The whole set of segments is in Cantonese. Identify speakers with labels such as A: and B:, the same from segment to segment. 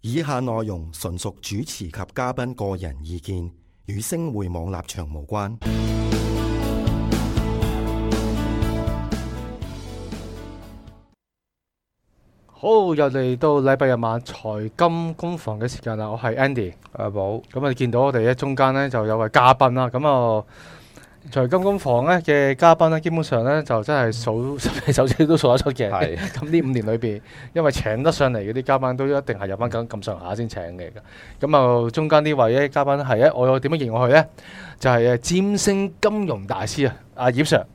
A: 以下內容純屬主持及嘉賓個人意見，與星匯網立場無關。
B: 好，又嚟到禮拜日晚財金工房嘅時間啦，我係 Andy。
C: 阿寶，
B: 咁啊，見到我哋咧中間咧就有位嘉賓啦。咁啊，財金工房咧嘅嘉賓咧，基本上咧就真係數十 隻手指都數得出嘅。
C: 係
B: 咁呢五年裏邊，因為請得上嚟嗰啲嘉賓都一定係入翻咁咁上下先請嘅。咁啊，中間呢位咧嘉賓係咧，我又點樣形容佢咧？就係誒占星金融大師啊，阿葉 Sir。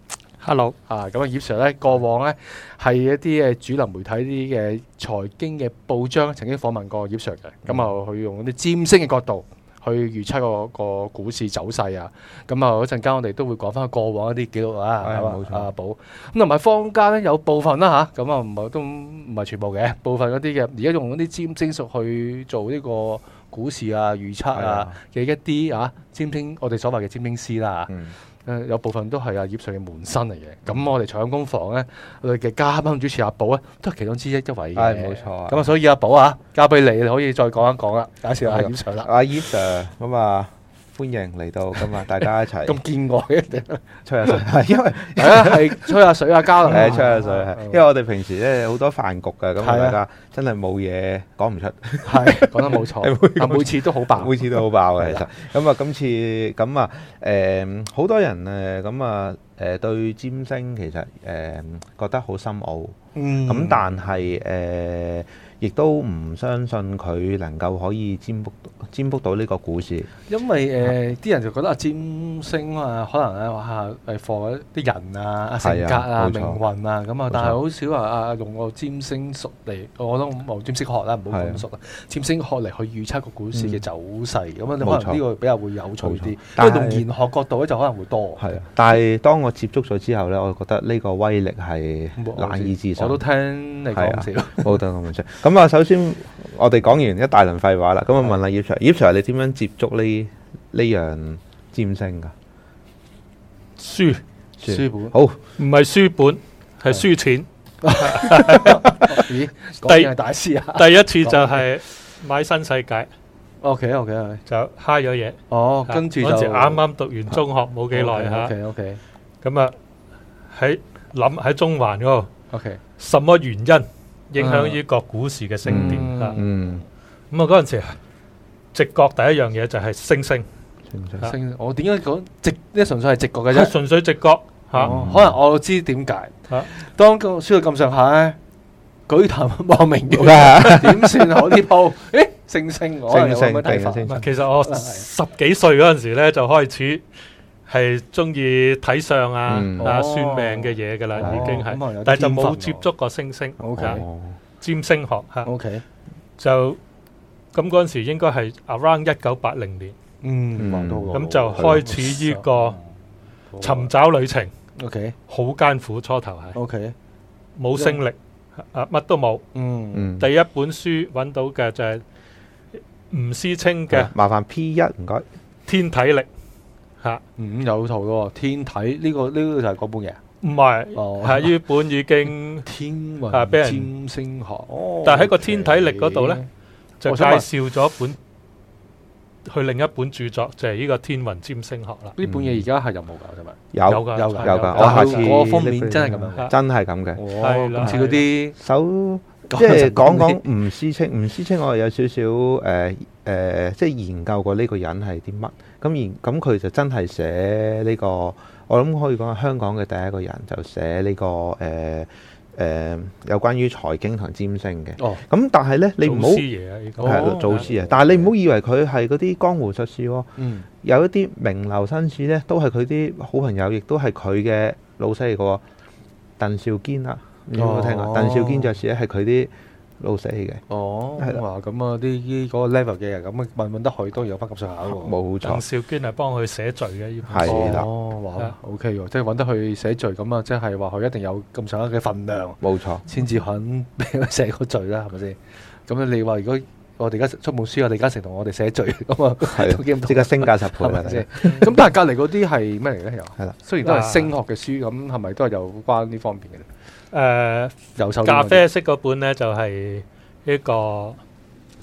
B: Hello，啊咁啊，葉 Sir 咧過往咧係一啲誒主流媒體啲嘅財經嘅報章曾經訪問過葉 Sir 嘅，咁啊
C: 嗯
B: 佢用啲占星嘅角度去預測個個股市走勢啊，咁啊嗰陣間我哋都會講翻過往一啲記錄啊，
C: 係
B: 係嘛
C: 冇錯
B: 阿寶，咁同埋坊間咧有部分啦吓，咁啊唔係都唔係全部嘅，部分嗰啲嘅而家用嗰啲占星術去做呢個股市啊預測
C: 係
B: 啊
C: 啊
B: 嘅一啲啊占星，我哋所謂嘅占星師啦嚇。
C: 嗯，
B: 誒、有部分都係阿葉 Sir 嘅門生嚟嘅，咁我哋財金工房咧，我哋嘅嘉賓主持阿寶咧，都係其中之一一位嘅。
C: 係冇錯啊
B: 咁啊，所以阿寶啊，交俾你，你可以再講一講啦，介
C: 啊
B: 紹下葉 Sir 啦。
C: 阿 Eve Sir，咁啊，歡迎嚟到今日，大家一 齊
B: 咁見外 嘅，
C: 吹下 水，係因為
B: 大家係吹下水啊，交流
C: 誒
B: 下。
C: 吹下水啊係，因為我哋平時咧好多飯局㗎，咁
B: 哦係啊
C: 啊大家真係冇嘢講唔出，
B: 係講得冇錯，啊每次都好爆。
C: 每次都好爆
B: 係
C: 嘅其實。咁啊，今次咁啊，誒好多人誒咁啊誒對占星其實誒覺得好深奧。
B: 嗯
C: 咁但係誒、呃亦都唔相信佢能夠可以占卜占卜到呢個股市。
B: 因為誒啲人就覺得阿占星啊，可能咧話誒 for 啲人啊、性格啊、
C: 冇錯
B: 命運啊咁啊
C: 冇錯，
B: 但係好少話啊用個占星術嚟，我覺得冇占星學啦，唔好
C: 係啊
B: 咁熟啦，占星學嚟去預測個股市嘅
C: 嗯
B: 走勢，咁啊你
C: 冇
B: 可
C: 錯
B: 能呢個比較會有趣
C: 冇錯
B: 啲，因
C: 但
B: 為
C: 係
B: 用玄學角度咧就可能會多。
C: 係啊，但係當我接觸咗之後咧，我覺得呢個威力係
B: 咁我
C: 難以置信。
B: 我都 聽你講 唔少。
C: 冇得咁樣出。咁啊，首先我哋講完一大輪廢話啦，咁啊問啦葉 Sir，葉 Sir 你點樣接觸呢呢樣占星㗎？
D: 書
B: 書本
C: 好，
D: 唔係書本，係輸錢。
B: 咦，講嘢係大師啊
D: 第一次就係買新世界，
B: ？OK OK OK，
D: 就蝦咗嘢。
B: 哦，跟住就啊
D: 嗰陣時啱啱讀完中學冇幾耐嚇，
B: OK OK
D: 咁啊喺諗喺中環嗰度，
B: OK，
D: 什麼原因影響呢個股市嘅升跌
B: 啊嗯
D: 啊？
C: 嗯，
D: 咁啊嗰陣時直覺第一樣嘢就係星星，
C: 正常
D: 啊
B: 星我點解講直？呢純粹係直覺嘅啫。
D: 純粹直覺嚇。
B: 哦可能我知點解
D: 嚇。
B: 當個輸到咁上下咧，舉頭望明 月，
C: 啊
B: 點算好呢鋪？誒，星星我有
C: 星星
B: 咁嘅睇法
C: 定係。星
D: 唔係啊其實我十幾歲嗰陣時咧就開始。係中意睇相啊、
C: 嗯
D: 啊
B: 哦
D: 算命嘅嘢㗎啦，
B: 哦
D: 已經係
B: 咁可能有啲，
D: 但係就
B: 天分
D: 冇
B: 喎
D: 接觸過星星。
B: OK
D: 啊
C: 哦
D: 占星學嚇，
B: O K，
D: 就咁嗰陣時應該係 around 一九八零年，
B: 嗯，
C: 嗯
B: 望到喎
D: 咁就開始呢個尋找旅程，
B: O K
D: 好艱苦初頭係，
B: O K，
D: 冇升力，啊乜都冇。
B: 嗯，
C: 嗯，
D: 第一本書揾到嘅就係吳思清嘅
B: 啊
D: 《
C: 麻煩 P 一唔該，
D: 天體力》嚇，
B: 嗯有圖嘅喎，天體呢個呢個就係嗰本嘢。
D: 唔係
B: 哦
D: 係呢本已經
B: 天運
D: 啊俾人
B: 占星學，哦
D: 但係喺個天體力嗰度呢，就
B: 我
D: 介
B: 想問
D: 紹咗一本去另一本著作，就係呢個《天雲占星學》啦。
B: 呢本嘢而家係有冇㗎？啫嘛，
C: 有
D: 有㗎
B: 有㗎
C: 有㗎，
B: 㗎
C: 我下次
B: 嗰個封面
C: 拎俾你
B: 真係咁樣
D: 㗎
C: 真係咁嘅。
B: 哦，
D: 係啦
B: 咁似嗰啲
C: 首
B: 講
C: 即係
B: 神功嗰
C: 講
B: 啲
C: 講吳思清，吳 思清我有少少誒誒，即係研究過呢個人係啲乜，咁研咁佢就真係寫呢、個，我諗可以講係香港嘅第一個人就寫呢、個誒誒、有關於財經同占星嘅。
B: 哦，
C: 咁但係咧，你唔好
D: 祖師爺啊，呢個
C: 係
B: 哦
C: 祖師爺，但係你唔好以為佢係嗰啲江湖術士喎、
B: 嗯，
C: 有一啲名流紳士咧，都係佢啲好朋友，亦都係佢嘅老細嚟嘅喎。鄧兆堅啦，唔知有冇聽過？
B: 哦
C: 鄧兆堅爵士咧係佢啲老細嚟嘅，
B: 哦，
C: 係啦
B: 哇！咁啊，呢啲嗰個 level 嘅人咁啊，問問得佢都有翻咁上下喎。
C: 冇
D: 鄧
C: 錯，
D: 兆堅係幫佢寫序嘅呢本
C: 係
D: 書。
C: 啦
B: 哦，哇
D: 啊
B: ，OK 喎，即係揾得佢寫罪咁啊，即係話佢一定有咁上下嘅份量，
C: 冇錯，
B: 先至肯俾佢寫個罪啦，係咪先？咁你話如果我哋而家出本書，我哋而家成同我哋寫罪咁啊，都幾
C: 係
B: 唔
C: 啊
B: 同
C: 即刻升價十倍
B: 係
C: 啦
B: 咪！先？咁但係隔離嗰啲係咩嚟咧？又
C: 係啦，
B: 雖然都係升學嘅書，咁係咪都係有關呢方面嘅咧？
D: 誒
B: 有手
D: 咖啡色嗰本咧就係呢個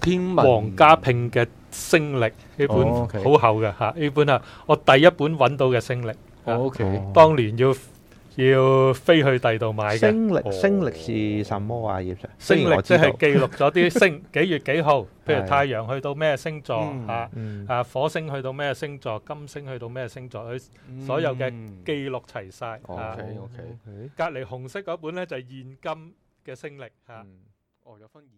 B: 天文
D: 黃家聘嘅《星力》呢本
B: 哦，OK
D: 好厚嘅嚇，呢本啊我第一本揾到嘅《星力》
B: O K，
C: 哦
D: 當年要要飛去第二度買嘅。
C: 星力
B: 哦
C: 星力是什麼啊？葉 Sir，雖
D: 星
C: 然
D: 力
C: 我
D: 即
C: 知
D: 係
C: 道，
D: 記錄咗啲星 幾月幾號，譬
C: 係
D: 如太陽去到咩星座
B: 嗯
D: 啊，
C: 嗯，
D: 啊火星去到咩星座，金星去到咩星座，佢所有嘅
B: 嗯
D: 記錄齊晒。
C: 哦
D: 啊
B: OK，OK
C: OK
D: 隔離紅色嗰本咧就係現今嘅星力嚇。
B: 嗯哦有分現